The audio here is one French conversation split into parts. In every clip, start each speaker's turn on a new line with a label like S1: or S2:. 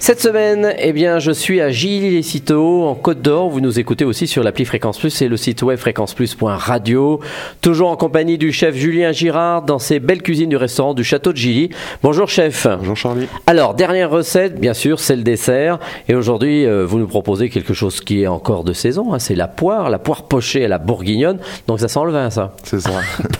S1: Cette semaine, eh bien, je suis à Gilles-les-Citeaux, en Côte d'Or. Vous nous écoutez aussi sur l'appli Fréquence Plus et le site web fréquenceplus.radio. Toujours en compagnie du chef Julien Girard dans ses belles cuisines du restaurant du Château de Gilly. Bonjour chef.
S2: Bonjour Charlie.
S1: Alors, dernière recette, bien sûr, c'est le dessert. Et aujourd'hui, euh, vous nous proposez quelque chose qui est encore de saison. hein, c'est la poire, la poire pochée à la bourguignonne. Donc ça sent le vin, ça.
S2: C'est ça.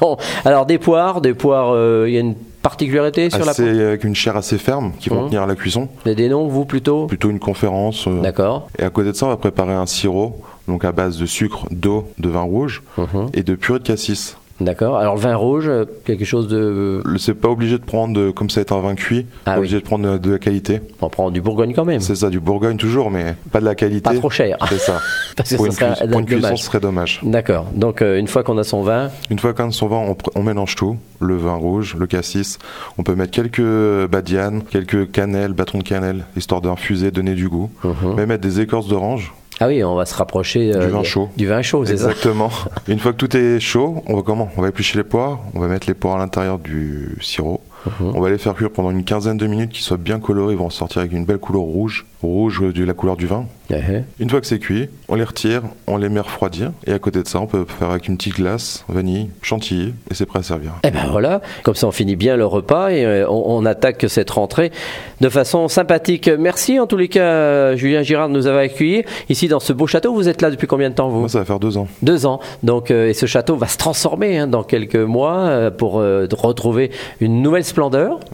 S1: Bon, alors des poires, des poires, euh, il y a une particularité sur la
S2: assez,
S1: poire.
S2: avec une chair assez ferme qui va
S1: Mhm.
S2: tenir à la cuisson.
S1: Des- Des noms, vous plutôt
S2: Plutôt une conférence. euh,
S1: D'accord.
S2: et à côté de ça, on va préparer un sirop, donc à base de sucre, d'eau, de vin rouge
S1: Mhm.
S2: et de purée de cassis.
S1: D'accord. Alors le vin rouge, euh, quelque chose de...
S2: Le- C'est pas obligé de prendre, euh, comme ça est un vin cuit,
S1: Ah
S2: pas
S1: oui. Mmh.
S2: obligé de prendre euh, de la qualité.
S1: On prend du Bourgogne quand même.
S2: C'est ça, du Bourgogne toujours, mais pas de la qualité.
S1: Pas trop cher.
S2: C'est ça.
S1: Parce que
S2: pour
S1: ça
S2: une,
S1: serait
S2: cuis- pour une
S1: dommage.
S2: cuisson, ce serait dommage.
S1: D'accord. Donc euh, une fois qu'on a son vin,
S2: Une fois qu'on son vin, on, pr- on mélange tout le vin rouge, le cassis. On peut mettre quelques badianes, quelques cannelles, bâtons de cannelle, histoire d'infuser, donner du goût. Même mettre des écorces d'orange.
S1: ah oui, on va se rapprocher euh,
S2: Du vin chaud.
S1: Du vin chaud, c'est ça.
S2: Exactement. Une fois que tout est chaud, on va comment On va éplucher les poires, on va mettre les poires à l'intérieur du sirop. On va les faire cuire pendant une quinzaine de minutes, qu'ils soient bien colorés, ils vont sortir avec une belle couleur rouge, rouge euh, de la couleur du vin.
S1: Ouais.
S2: Une fois que c'est cuit, on les retire, on les met refroidir, et à côté de ça, on peut faire avec une petite glace, vanille, chantilly, et c'est prêt à servir.
S1: Eh ben voilà, comme ça on finit bien le repas et euh, on, on attaque cette rentrée de façon sympathique. Merci en tous les cas, euh, Julien Girard nous avait accueillis ici dans ce beau château. Vous êtes là depuis combien de temps vous
S2: Moi, ça va faire deux ans.
S1: Deux ans. Donc, euh, et ce château va se transformer hein, dans quelques mois euh, pour euh, de retrouver une nouvelle splendeur.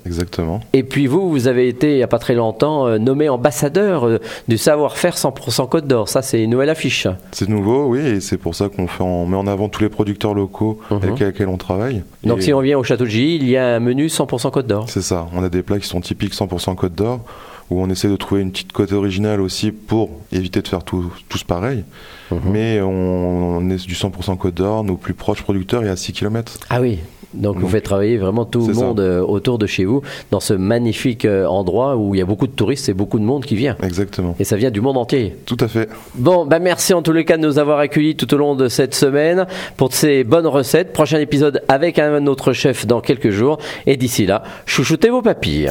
S2: Exactement.
S1: Et puis vous, vous avez été il n'y a pas très longtemps euh, nommé ambassadeur euh, du savoir-faire 100% Côte d'Or. Ça, c'est une nouvelle affiche.
S2: C'est nouveau, oui, et c'est pour ça qu'on fait, on met en avant tous les producteurs locaux avec lesquels on travaille.
S1: Mhm. Donc,
S2: Et
S1: si on vient au Château de Gilles, il y a un menu 100% Côte d'Or.
S2: C'est ça, on a des plats qui sont typiques 100% Côte d'Or, où on essaie de trouver une petite côte originale aussi pour éviter de faire tout- tous pareil.
S1: Mhm.
S2: Mais on, on est du 100% Côte d'Or, nos plus proches producteurs, et à 6 km.
S1: Ah oui. Donc, vous
S2: Donc,
S1: faites travailler vraiment tout le
S2: c'est ça.
S1: monde euh, autour de chez vous dans ce magnifique euh, endroit où il y a beaucoup de touristes et beaucoup de monde qui vient.
S2: Exactement.
S1: Et ça vient du monde entier.
S2: Tout à fait.
S1: Bon, bah merci en tous les cas de nous avoir accueillis tout au long de cette semaine pour ces bonnes recettes. Prochain épisode avec un autre chef dans quelques jours. Et d'ici là, chouchoutez vos papilles.